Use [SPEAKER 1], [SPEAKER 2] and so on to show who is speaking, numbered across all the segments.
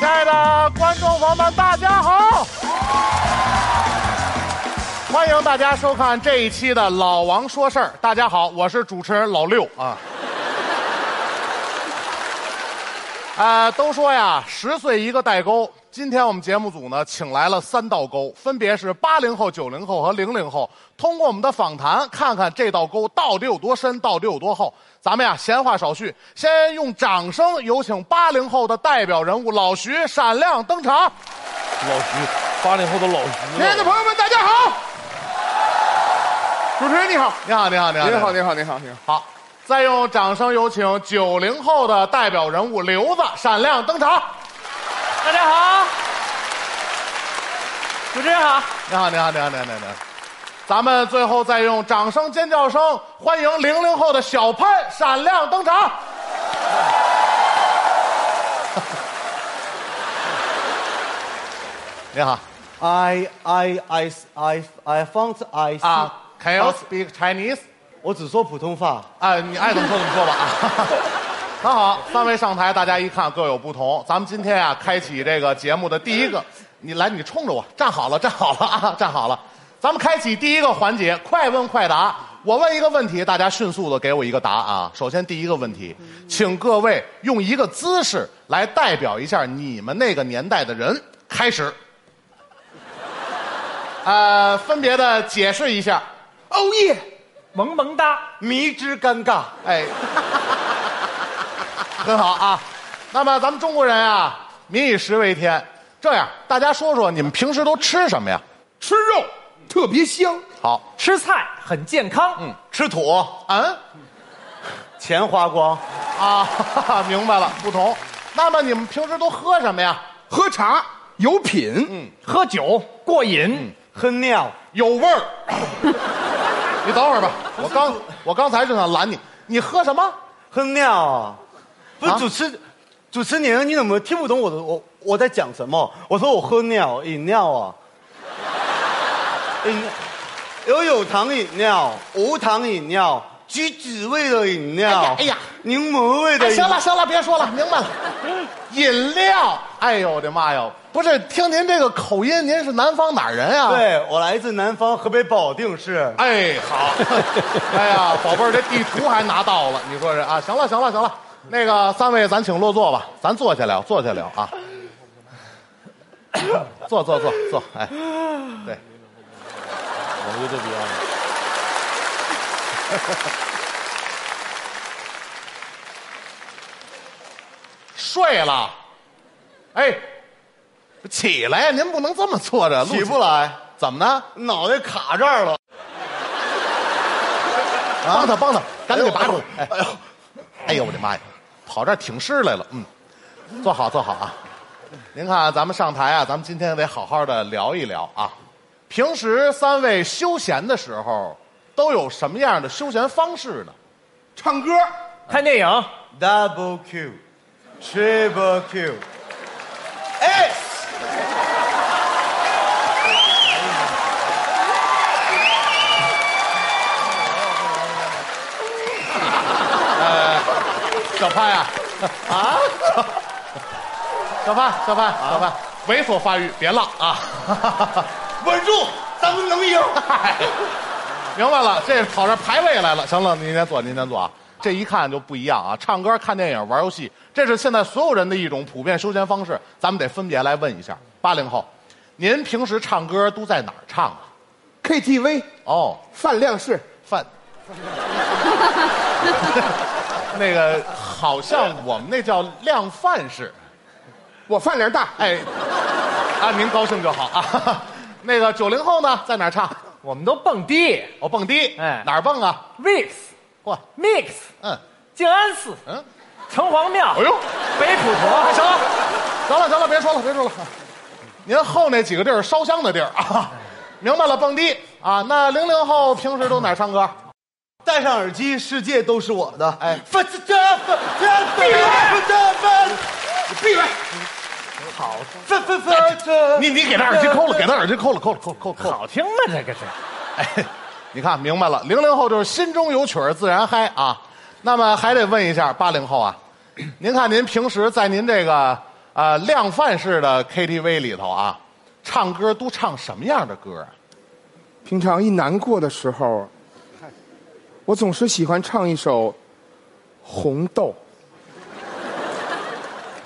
[SPEAKER 1] 亲爱的观众朋友们，大家好！欢迎大家收看这一期的《老王说事儿》。大家好，我是主持人老六啊。呃，都说呀，十岁一个代沟。今天我们节目组呢，请来了三道沟，分别是八零后、九零后和零零后。通过我们的访谈，看看这道沟到底有多深，到底有多厚。咱们呀，闲话少叙，先用掌声有请八零后的代表人物老徐闪亮登场。
[SPEAKER 2] 老徐，八零后的老徐
[SPEAKER 1] 亲爱的
[SPEAKER 2] 了，
[SPEAKER 1] 朋友们，大家好！主持人你好，你好，你好，你好，
[SPEAKER 3] 您好，您好，您好，您好。
[SPEAKER 1] 好，再用掌声有请九零后的代表人物刘子闪亮登场。
[SPEAKER 4] 大家好，主持人好，
[SPEAKER 1] 你好，你好，你好，你好，你好，你好。咱们最后再用掌声、尖叫声欢迎零零后的小潘闪亮登场。 你好
[SPEAKER 5] I I I I I found I see
[SPEAKER 1] 啊，Can you speak Chinese？
[SPEAKER 5] 我只说普通话。
[SPEAKER 1] 啊，你爱怎么说怎么说吧 啊。很好，三位上台，大家一看各有不同。咱们今天啊，开启这个节目的第一个，你来，你冲着我站好了，站好了啊，站好了。咱们开启第一个环节，快问快答。我问一个问题，大家迅速的给我一个答案啊。首先第一个问题，请各位用一个姿势来代表一下你们那个年代的人。开始。呃，分别的解释一下。
[SPEAKER 5] 哦耶！
[SPEAKER 4] 萌萌哒，
[SPEAKER 5] 迷之尴尬。
[SPEAKER 1] 哎，很好啊。那么咱们中国人啊，民以食为天。这样，大家说说你们平时都吃什么呀？
[SPEAKER 3] 吃肉特别香，
[SPEAKER 1] 好，
[SPEAKER 4] 吃菜很健康，嗯，
[SPEAKER 1] 吃土。嗯，
[SPEAKER 5] 钱花光。
[SPEAKER 1] 啊， 哈哈明白了，不同。那么你们平时都喝什么呀？
[SPEAKER 3] 喝茶有品。嗯，
[SPEAKER 4] 喝酒过
[SPEAKER 2] 嗯
[SPEAKER 4] 瘾，
[SPEAKER 5] 喝尿。
[SPEAKER 1] 有味儿。你等会儿吧，我刚我刚才就想拦你，你喝什么？
[SPEAKER 5] 喝尿啊。不是
[SPEAKER 1] 啊
[SPEAKER 5] 主持，主持您，你怎么听不懂我的我我在讲什么？我说我喝尿饮料啊， 饮有有糖饮料、无糖饮料、橘子味的饮料，
[SPEAKER 1] 哎呀哎呀
[SPEAKER 5] 柠檬味的
[SPEAKER 1] 哎，
[SPEAKER 5] 饮
[SPEAKER 1] 行
[SPEAKER 5] 料。
[SPEAKER 1] 了行了，别说了，明白了。饮料，哎呦我的妈哟！不是，听您这个口音，您是南方哪儿人呀、啊对
[SPEAKER 5] 对我来自南方河北保定市。
[SPEAKER 1] 哎，好，哎呀，宝贝儿，这地图还拿到了，你说是啊？行了，行了，行了，那个三位咱请落座吧，咱坐下聊，坐下聊啊，坐坐坐坐，哎，对，
[SPEAKER 2] 老徐都比较
[SPEAKER 1] 睡了，哎，起来呀，您不能这么坐着，录
[SPEAKER 5] 起不来，
[SPEAKER 1] 怎么呢？
[SPEAKER 5] 脑袋卡这儿了。
[SPEAKER 1] 帮他帮他，赶紧给拔出来，哎
[SPEAKER 5] 哎呦，
[SPEAKER 1] 哎呦我的妈呀，跑这儿挺尸来了，嗯，坐好坐好啊。您看啊咱们上台啊，咱们今天得好好的聊一聊啊。平时三位休闲的时候，都有什么样的休闲方式呢？
[SPEAKER 3] 唱歌
[SPEAKER 4] 看电影，
[SPEAKER 5] Double Q, Triple Q, S。
[SPEAKER 1] 小潘 呀、啊，小潘，小潘，小潘，啊猥琐发育，别浪啊！
[SPEAKER 5] 稳住，咱们能赢。
[SPEAKER 1] 明白了，这跑这排位来了。行了，您先坐，您先坐啊。这一看就不一样啊，唱歌、看电影、玩游戏，这是现在所有人的一种普遍休闲方式。咱们得分别来问一下八零后，您平时唱歌都在哪儿唱啊？
[SPEAKER 3] ，KTV
[SPEAKER 1] 哦，
[SPEAKER 3] 饭量是
[SPEAKER 1] 饭。 那个好像我们那叫量贩式，
[SPEAKER 3] 我饭量大，
[SPEAKER 1] 哎，啊，您高兴就好啊。 那个九零后呢，在哪儿唱？
[SPEAKER 4] 我们都蹦迪
[SPEAKER 1] 我、哦蹦迪，
[SPEAKER 4] 哎
[SPEAKER 1] 哪儿蹦啊？
[SPEAKER 4] ，Vix
[SPEAKER 1] 嚯，
[SPEAKER 4] Mix
[SPEAKER 1] 嗯
[SPEAKER 4] 静安寺、
[SPEAKER 1] 嗯，
[SPEAKER 4] 城隍庙、
[SPEAKER 1] 哎呦。
[SPEAKER 4] 北普陀，
[SPEAKER 1] 行了，行了，行了，别说了，别说了。您后那几个地儿烧香的地儿啊，明白了，蹦迪啊。那零零后平时都哪儿唱歌？
[SPEAKER 5] 戴上耳机，世界都是我的。
[SPEAKER 1] 哎
[SPEAKER 5] 哎，闭嘴！闭嘴！好，分分分分。
[SPEAKER 1] 你给他耳机抠了，给他耳机抠了，抠了，抠了抠了抠了。
[SPEAKER 4] 嗯好听吗？这个是，
[SPEAKER 1] 哎，你看明白了，零零后就是心中有曲儿自然嗨啊。那么还得问一下八零后啊，您看您平时在您这个啊、呃，量贩式的 KTV 里头啊，唱歌都唱什么样的歌啊？
[SPEAKER 3] 平常一难过的时候，我总是喜欢唱一首《红豆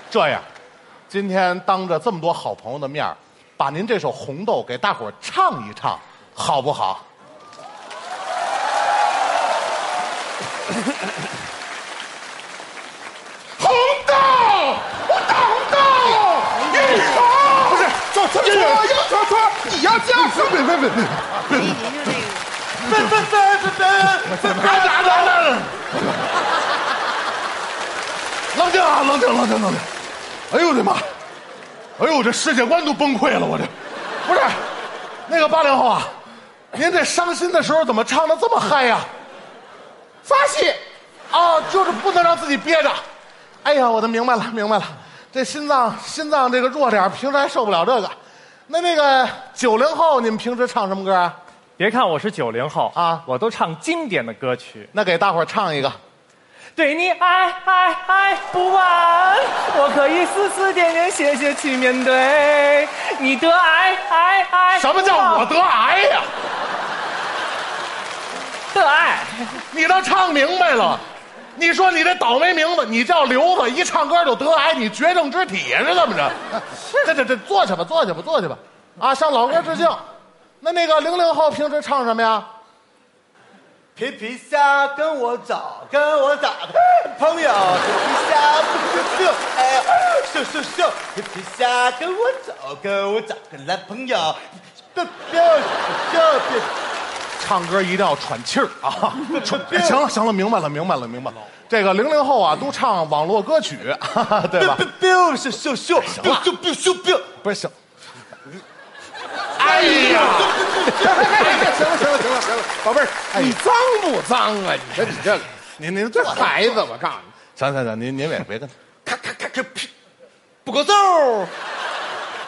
[SPEAKER 1] 这样，今天当着这么多好朋友的面儿把您这首《红豆》给大伙儿唱一唱，好不 好？
[SPEAKER 3] 红豆，我大红豆，一红哎不是，走错错，右错错，你要这样说，别别别，
[SPEAKER 5] 分分分分分分分
[SPEAKER 1] 哪哪哪哪！冷静啊，冷静，冷静，冷静！哎呦我的妈！哎呦，我这世界观都崩溃了，我这不是那个八零后啊，您这伤心的时候怎么唱的这么嗨呀、
[SPEAKER 3] 发泄，
[SPEAKER 1] 啊，就是不能让自己憋着。哎呀，我都明白了，明白了。这心脏心脏这个弱点儿，平时还受不了这个。那那个九零后，你们平时唱什么歌啊？
[SPEAKER 4] 别看我是九零后
[SPEAKER 1] 啊
[SPEAKER 4] 我都唱经典的歌曲。
[SPEAKER 1] 那给大伙儿唱一个。
[SPEAKER 4] 对你爱爱爱不完，我可以丝丝点点谢谢去面对你的爱爱爱。
[SPEAKER 1] 什么叫我得癌呀、
[SPEAKER 4] 的爱？
[SPEAKER 1] 你倒唱明白了。你说你这倒霉名字，你叫刘子，一唱歌就得癌，你绝症之体呀，是怎 么着？这这这，坐下吧，坐下吧，坐下吧。啊，向老歌致敬。那那个零零后平时唱什么呀？
[SPEAKER 5] 皮皮虾跟我找，跟我找朋友。皮皮虾咻咻咻，哎咻咻咻，皮皮虾跟我找，跟我找个男朋友。咻咻咻咻，
[SPEAKER 1] 唱歌一定要喘气儿 啊！喘哎行了行了，明白了明白了明白了。这个零零后啊，都唱网络歌曲，哈哈对吧
[SPEAKER 5] 哔？哔咻咻咻，咻咻咻咻咻。
[SPEAKER 1] 不是行。哎呀，
[SPEAKER 3] 行了行了行了行了，宝贝儿，你脏不脏啊？你说你这
[SPEAKER 1] 您您
[SPEAKER 3] 这
[SPEAKER 1] 这
[SPEAKER 3] 孩子，我告诉你，
[SPEAKER 1] 行行行，您您也别跟，
[SPEAKER 5] 咔咔咔咔，屁，不够揍，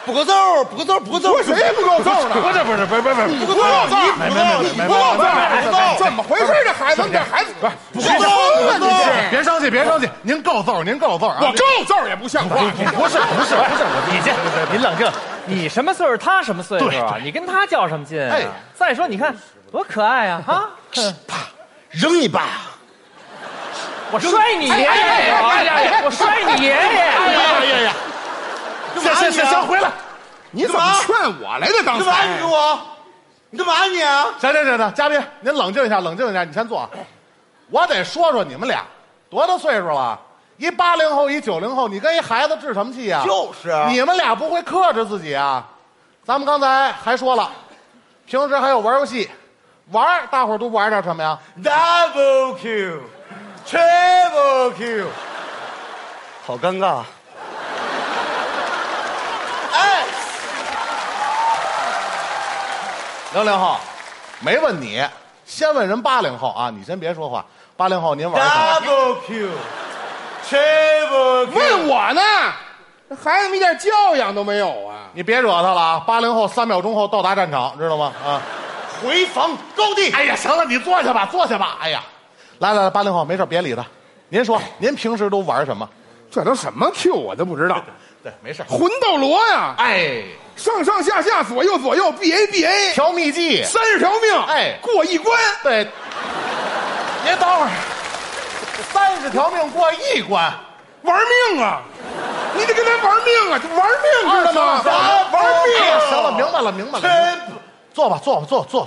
[SPEAKER 5] 不够揍，不够揍，不够揍。
[SPEAKER 3] 我谁也不够揍呢。
[SPEAKER 1] 不是不是不是不是不是，
[SPEAKER 3] 不够揍，
[SPEAKER 1] 没没没没没
[SPEAKER 3] 不够
[SPEAKER 1] 没
[SPEAKER 3] 揍，怎么回事？这孩子，这孩子不够揍啊！你
[SPEAKER 1] 没，别生气别生气，您够揍您够揍啊！
[SPEAKER 3] 我够揍也不像话。
[SPEAKER 1] 不是不是不是我
[SPEAKER 4] 你这，你冷静，你什么岁数，他什么岁数啊？你跟他较什么劲啊？
[SPEAKER 1] 哎
[SPEAKER 4] 再说，你看多可爱呀、啊！哈，
[SPEAKER 5] 扔你爸！
[SPEAKER 4] 我摔你爷爷！我摔你爷
[SPEAKER 1] 哎
[SPEAKER 4] 爷！
[SPEAKER 1] 呀呀呀！行行行行，回来。
[SPEAKER 3] 你怎么劝我来的？刚
[SPEAKER 5] 干嘛你
[SPEAKER 3] 才
[SPEAKER 5] 给我？你干嘛你啊？
[SPEAKER 1] 行行行行，嘉宾您冷静一下，冷静一下，你先坐啊。我得说说你们俩多大岁数了？一八零后，一九零后，你跟一孩子置什么气啊？
[SPEAKER 5] 就是啊
[SPEAKER 1] 你们俩不会克制自己啊？咱们刚才还说了，平时还有玩游戏，玩儿大伙儿都玩点什么呀？
[SPEAKER 5] Double Q, Triple Q，好尴尬。啊哎，
[SPEAKER 1] 零零后，没问你，先问人八零后啊，你先别说话。八零后您玩什么？
[SPEAKER 5] Double Q, Triple Q，
[SPEAKER 3] 问我呢？这孩子们一点教养都没有啊！
[SPEAKER 1] 你别惹他了啊！八零后三秒钟后到达战场，知道吗？啊。
[SPEAKER 5] 回防高地。
[SPEAKER 1] 哎呀，行了，你坐下吧，坐下吧。哎哎呀，来来来，八零后，没事，别理他。您说，您平时都玩什么？
[SPEAKER 3] 这都什么 Q 啊我都不知道，
[SPEAKER 1] 对，没事。
[SPEAKER 3] 魂斗罗呀，
[SPEAKER 1] 哎，
[SPEAKER 3] 上上下下左右左右 B A B A，
[SPEAKER 1] 调秘技。
[SPEAKER 3] 三十条命，
[SPEAKER 1] 哎
[SPEAKER 3] 过一关。
[SPEAKER 1] 对，您等会儿，三十条命过一关，
[SPEAKER 3] 玩命啊！你得跟他玩命啊，玩命知道吗？
[SPEAKER 5] 啊
[SPEAKER 3] 玩
[SPEAKER 1] 哎
[SPEAKER 3] 命
[SPEAKER 1] 呀
[SPEAKER 3] 啊！
[SPEAKER 1] 行了，明白了，明白了。
[SPEAKER 5] Triple
[SPEAKER 1] 坐吧，坐吧，坐坐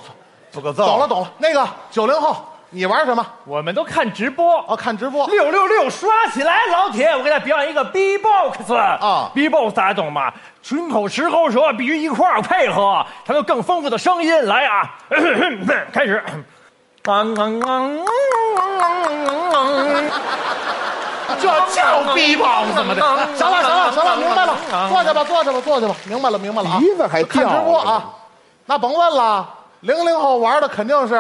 [SPEAKER 1] 坐。
[SPEAKER 5] 不够
[SPEAKER 1] 懂了，懂了。那个九零后，你玩什么？
[SPEAKER 4] 我们都看直播，
[SPEAKER 1] 哦，看直播。
[SPEAKER 4] 六六六刷起来，老铁！我给大家表演一个 B box
[SPEAKER 1] 啊
[SPEAKER 4] b box 大家懂吗？群口十口舌必须一块儿配合，才有更丰富的声音来啊！ 开始。
[SPEAKER 1] 这叫逼包子吗？这行了行了行了，明白了，坐下吧坐下吧坐下吧，明白了明白了啊！
[SPEAKER 3] 鼻子还
[SPEAKER 1] 看直播啊，那甭问了，零零后玩的肯定是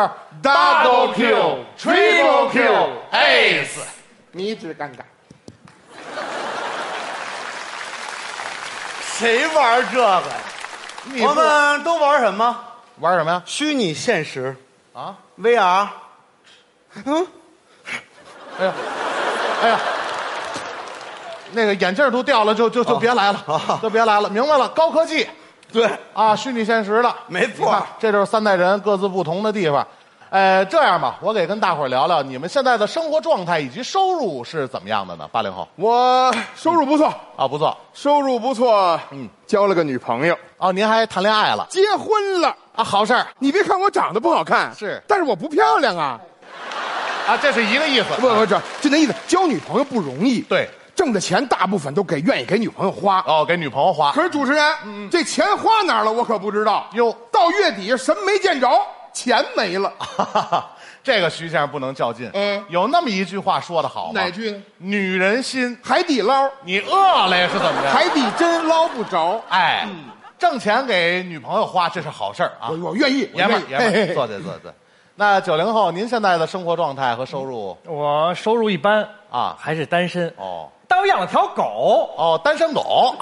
[SPEAKER 3] Double Q
[SPEAKER 1] Triple Q Ace。
[SPEAKER 3] 迷之尴尬，
[SPEAKER 5] 谁玩这个？
[SPEAKER 1] 你
[SPEAKER 5] 我
[SPEAKER 1] 不
[SPEAKER 5] 们都玩什么？
[SPEAKER 1] 玩什么呀？
[SPEAKER 5] 虚拟现实
[SPEAKER 1] 啊？
[SPEAKER 5] ，VR。
[SPEAKER 1] 哎呀，那个眼镜儿都掉了，就就就别来了，
[SPEAKER 5] 啊
[SPEAKER 1] 就别来了，明白了？高科技
[SPEAKER 5] 对，
[SPEAKER 1] 啊，虚拟现实的，
[SPEAKER 5] 没错
[SPEAKER 1] 你看这就是三代人各自不同的地方。呃，这样吧，我给跟大伙儿聊聊你们现在的生活状态以及收入是怎么样的呢？八零后
[SPEAKER 3] 我收入不错，
[SPEAKER 1] 啊，不错
[SPEAKER 3] 收入不错，嗯，交了个女朋友，
[SPEAKER 1] 哦，您还谈恋爱了
[SPEAKER 3] 结婚了。
[SPEAKER 1] 啊，好事儿
[SPEAKER 3] 你别看我长得不好看，
[SPEAKER 1] 是
[SPEAKER 3] 但是我不漂亮啊。
[SPEAKER 1] 啊，这是一个意思。
[SPEAKER 3] 不不，这就那意思，交女朋友不容易。
[SPEAKER 1] 对，
[SPEAKER 3] 挣的钱大部分都给愿意给女朋友花。
[SPEAKER 1] 哦，给女朋友花
[SPEAKER 3] 可是主持人，这钱花哪儿了？我可不知道。
[SPEAKER 1] 哟，啊
[SPEAKER 3] 到月底什么没见着，钱没了。
[SPEAKER 1] 哈哈哈，这个徐先生不能较劲。
[SPEAKER 3] 嗯
[SPEAKER 1] 有那么一句话说的好，
[SPEAKER 3] 哪？句呢？
[SPEAKER 1] 女人心，
[SPEAKER 3] 海底捞，
[SPEAKER 1] 你饿了呀是怎么着？
[SPEAKER 3] 海底针捞不着。
[SPEAKER 1] 哎，挣钱给女朋友花，这是好事儿啊
[SPEAKER 3] 嗯我。我愿意，我
[SPEAKER 1] 爷们儿，
[SPEAKER 3] 愿意
[SPEAKER 1] 爷们儿，
[SPEAKER 3] 嘿嘿
[SPEAKER 1] 坐对坐对。那九零后，您现在的生活状态和收入
[SPEAKER 4] 我收入一般
[SPEAKER 1] 啊
[SPEAKER 4] 还是单身，
[SPEAKER 1] 哦
[SPEAKER 4] 但我养了条狗。
[SPEAKER 1] 哦，单身狗，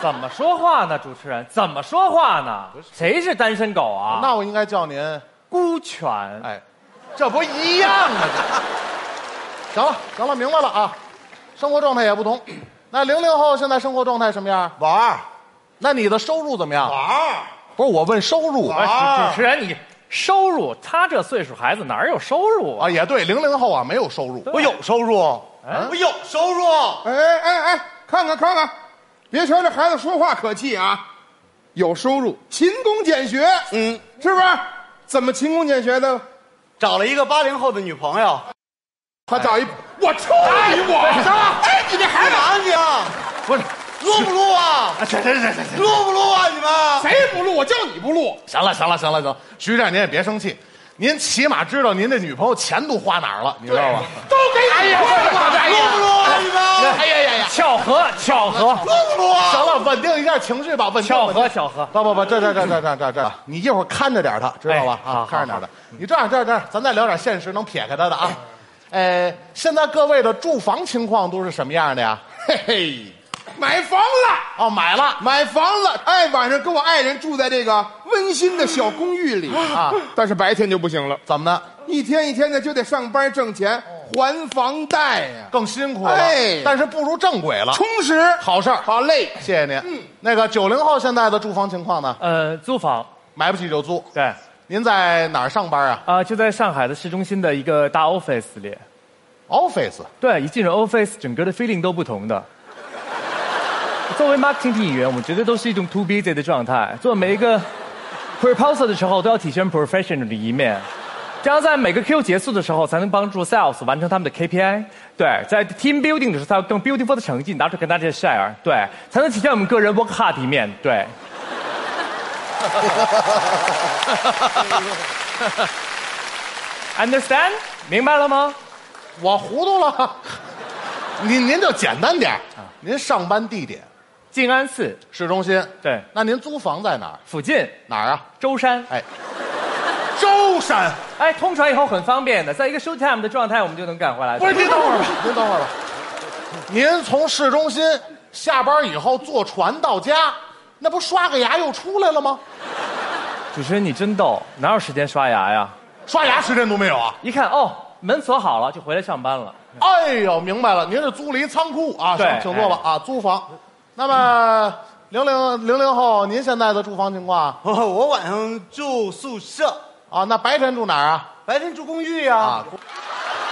[SPEAKER 4] 怎么说话呢，主持人？怎么说话呢？谁是单身狗啊？
[SPEAKER 1] 那我应该叫您
[SPEAKER 4] 孤犬。
[SPEAKER 1] 哎，这不一样吗？这行了，行了，明白了啊，生活状态也不同。那零零后现在生活状态什么样？
[SPEAKER 5] 玩儿
[SPEAKER 1] 那你的收入怎么样？
[SPEAKER 5] 玩儿，
[SPEAKER 1] 不是我问收入
[SPEAKER 4] 哎
[SPEAKER 1] 啊，
[SPEAKER 4] 主主持人，你收入，他这岁数孩子哪儿有收入啊？
[SPEAKER 1] 也对，零零后啊没有收入，
[SPEAKER 5] 我有收入，我有收入，
[SPEAKER 3] 哎哎哎，看看看看，别瞧这孩子说话可气啊，有收入，勤工俭学，
[SPEAKER 5] 嗯，
[SPEAKER 3] 是不是？怎么勤工俭学的？
[SPEAKER 5] 找了一个八零后的女朋友，
[SPEAKER 3] 他找一，哎我抽你我上，
[SPEAKER 5] 哎，你这孩子啊你啊，
[SPEAKER 1] 不是。
[SPEAKER 5] 录不录啊？
[SPEAKER 1] 行行行行行，
[SPEAKER 5] 录不录啊你们？
[SPEAKER 3] 谁也不录，我叫你不录，
[SPEAKER 1] 行了行了行了行了，徐站您也别生气，您起码知道您这女朋友钱都花哪儿了，你知道吗？
[SPEAKER 3] 都给你花了。
[SPEAKER 5] 录不录啊你们？
[SPEAKER 1] 哎呀呀呀！
[SPEAKER 4] 巧合，巧合，
[SPEAKER 5] 录不录啊？
[SPEAKER 1] 行了，稳定一下情绪吧，稳定。
[SPEAKER 4] 巧
[SPEAKER 1] 稳定
[SPEAKER 4] 合，巧合。
[SPEAKER 1] 不不不，这这这这这这这，你一会儿看着点儿他，知道吧？
[SPEAKER 4] 哎
[SPEAKER 1] 啊
[SPEAKER 4] 好，
[SPEAKER 1] 看着点儿他。你这样这样这样，咱再聊点现实，能撇开他的啊。呃，现在各位的住房情况都是什么样的呀？
[SPEAKER 3] 嘿嘿，买房了，
[SPEAKER 1] 哦，买了
[SPEAKER 3] 买房了，哎，晚上跟我爱人住在这个温馨的小公寓里
[SPEAKER 1] 啊
[SPEAKER 3] 啊，但是白天就不行了，
[SPEAKER 1] 怎么呢？
[SPEAKER 3] 一天一天的就得上班挣钱还房贷呀、
[SPEAKER 1] 更辛苦了，
[SPEAKER 3] 哎
[SPEAKER 1] 但是步入正轨了，
[SPEAKER 3] 充实，
[SPEAKER 1] 好事儿。
[SPEAKER 3] 好嘞，
[SPEAKER 1] 谢谢您。
[SPEAKER 4] 嗯
[SPEAKER 1] 那个九零后现在的住房情况呢？
[SPEAKER 4] 呃，租房，
[SPEAKER 1] 买不起就租。
[SPEAKER 4] 对，
[SPEAKER 1] 您在哪儿上班啊
[SPEAKER 4] 啊、就在上海的市中心的一个大 office 里。
[SPEAKER 1] ？Office。
[SPEAKER 4] 对，一进入 office，整个的 feeling 都不同的。作为 marketing 演员，我们绝对都是一种 to busy 的状态，做每一个 proposal 的时候都要体现 professional 的一面，这样在每个 Q 结束的时候才能帮助 sales 完成他们的 KPI。对，在 team building 的时候才有更 beautiful 的成绩拿出跟大家 share，对，才能体现我们个人 work hard 的一面。对，understand 明白了吗？
[SPEAKER 1] 我糊涂了， 啊您您就简单点儿您上班地点
[SPEAKER 4] 静安寺
[SPEAKER 1] 市中心，
[SPEAKER 4] 对
[SPEAKER 1] 那您租房在哪儿？
[SPEAKER 4] 附近
[SPEAKER 1] 哪儿啊？
[SPEAKER 4] 舟山。
[SPEAKER 1] 哎，舟山。
[SPEAKER 4] 哎，通传以后很方便的，在一个 show time 的状态，我们就能赶回来。
[SPEAKER 1] 不是，您等会儿吧， 您等会儿吧。您从市中心下班以后坐船到家，那不刷个牙又出来了吗？
[SPEAKER 4] 主持人你真逗，哪有时间刷牙呀？
[SPEAKER 1] 刷牙时间都没有啊？
[SPEAKER 4] 一看哦，门锁好了，就回来上班了。
[SPEAKER 1] 哎呦，明白了，您是租了一仓库啊，
[SPEAKER 4] 对
[SPEAKER 1] 请请坐吧、啊，租房。那么零零零零后，您现在的住房情况啊
[SPEAKER 5] 我我晚上住宿舍，
[SPEAKER 1] 啊？那白天住哪儿啊？
[SPEAKER 5] 白天住公寓呀
[SPEAKER 1] 啊。，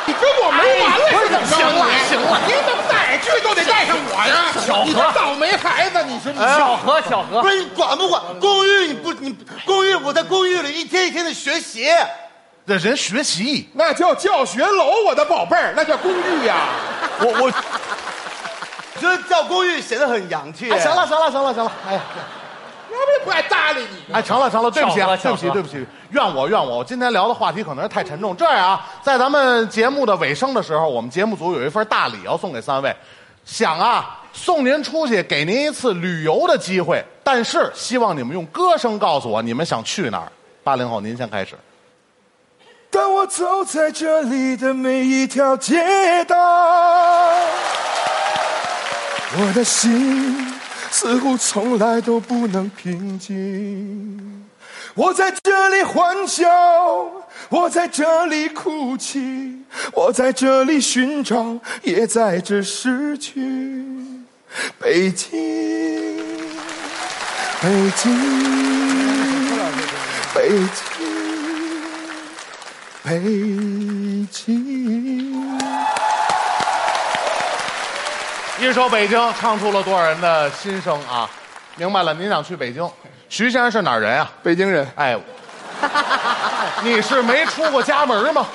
[SPEAKER 3] 你跟我没完了是怎么着？
[SPEAKER 1] 行了行了
[SPEAKER 3] 哎你怎么哪儿去都得带上我呀？
[SPEAKER 4] 巧合
[SPEAKER 3] 你这倒霉孩子，你说你
[SPEAKER 4] 巧合，巧合
[SPEAKER 5] 不。是你管不管公寓？你不你公寓？我在公寓里一天一天的学习，
[SPEAKER 1] 这人学习，
[SPEAKER 3] 那叫教学楼，我的宝贝儿，那叫公寓呀、
[SPEAKER 5] 我我，觉得叫公寓显得很洋气。
[SPEAKER 1] 哎，行，了行了行了行了，哎呀，
[SPEAKER 3] 要不然不爱搭理你。
[SPEAKER 1] 哎，成了成了，对不起啊，对
[SPEAKER 4] 巧
[SPEAKER 1] 不
[SPEAKER 4] 合
[SPEAKER 1] 起
[SPEAKER 4] 巧合
[SPEAKER 1] 对不起，怨我怨我，我今天聊的话题可能是太沉重。这样啊，在咱们节目的尾声的时候，我们节目组有一份大礼要送给三位，想啊送您出去，给您一次旅游的机会，但是希望你们用歌声告诉我你们想去哪儿。八零后，您先开始。
[SPEAKER 3] 当我走在这里的每一条街道，我的心似乎从来都不能平静。我在这里欢笑，我在这里哭泣，我在这里寻找，也在这失去。北京，北京，北京，北京。
[SPEAKER 1] 一首《北京》唱出了多少人的心声啊！明白了，您想去北京？徐先生是哪儿人啊？
[SPEAKER 3] 北京人，
[SPEAKER 1] 哎，你是没出过家门吗？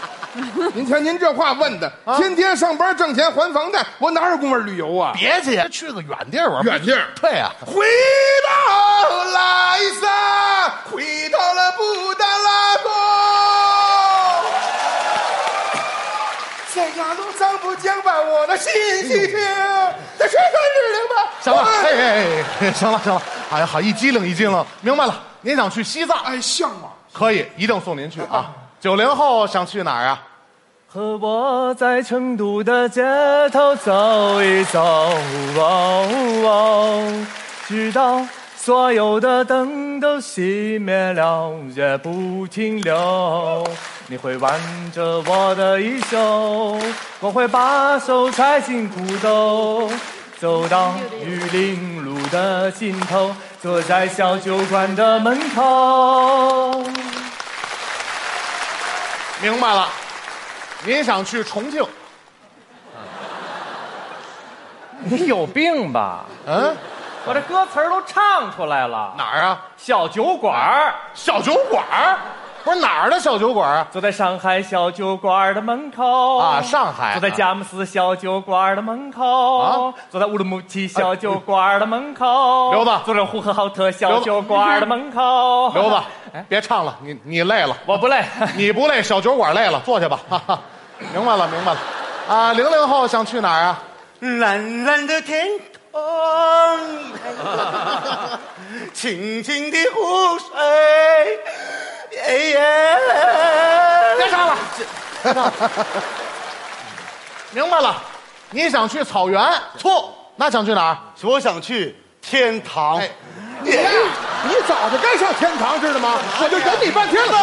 [SPEAKER 3] 您瞧您这话问的，天天上班挣钱还房贷，我哪有功夫旅游啊？
[SPEAKER 1] 别介，去个远地儿玩。
[SPEAKER 3] 远地儿哎
[SPEAKER 1] 对啊，
[SPEAKER 3] 回到拉萨，回到了布达拉宫，在雅鲁藏布江把我的心系着，在山川日灵吧。
[SPEAKER 1] 行了，
[SPEAKER 3] 我
[SPEAKER 1] 哎哎哎，行了行了，哎呀，好一激灵一激灵，明白了，您想去西藏，
[SPEAKER 3] 哎，像吗？
[SPEAKER 1] 可以，一定送您去啊。九零后想去哪儿啊？
[SPEAKER 4] 和我在成都的街头走一走，哦哦直到所有的灯都熄灭了，也不停留。你会挽着我的衣袖，我会把手揣进裤兜，走到玉林路的尽头，坐在小酒馆的门口。
[SPEAKER 1] 明白了，您想去重庆？
[SPEAKER 4] 你有病吧？
[SPEAKER 1] 嗯，
[SPEAKER 4] 我这歌词儿都唱出来了。
[SPEAKER 1] 哪儿啊？
[SPEAKER 4] 小酒馆儿，
[SPEAKER 1] 小酒馆儿？不是哪儿的小酒馆儿啊？
[SPEAKER 4] 坐在上海小酒馆儿的门口
[SPEAKER 1] 啊上海
[SPEAKER 4] 坐哦在佳木斯小酒馆儿的门口
[SPEAKER 1] 啊
[SPEAKER 4] 坐在乌鲁木齐小酒馆儿的门口，
[SPEAKER 1] 刘子
[SPEAKER 4] 坐在呼和浩特
[SPEAKER 1] 刘
[SPEAKER 4] 小
[SPEAKER 1] 子
[SPEAKER 4] 酒馆儿的门口，
[SPEAKER 1] 啊刘子
[SPEAKER 4] 哎，
[SPEAKER 1] 别唱了，你你累了。
[SPEAKER 4] 我不累，
[SPEAKER 1] 你不累，小酒馆累了，坐下吧。 哈哈，明白了，明白了。啊，零零后想去哪儿啊？
[SPEAKER 5] 蓝蓝的天空， 清清的湖水，耶耶。哎
[SPEAKER 1] 别唱了， 明白了。你想去草原？
[SPEAKER 5] 错，
[SPEAKER 1] 那想去哪儿？
[SPEAKER 5] 我想去天堂。
[SPEAKER 1] 哎
[SPEAKER 3] 你呀，你早就该上天堂，知道吗？我就忍你半天了。哎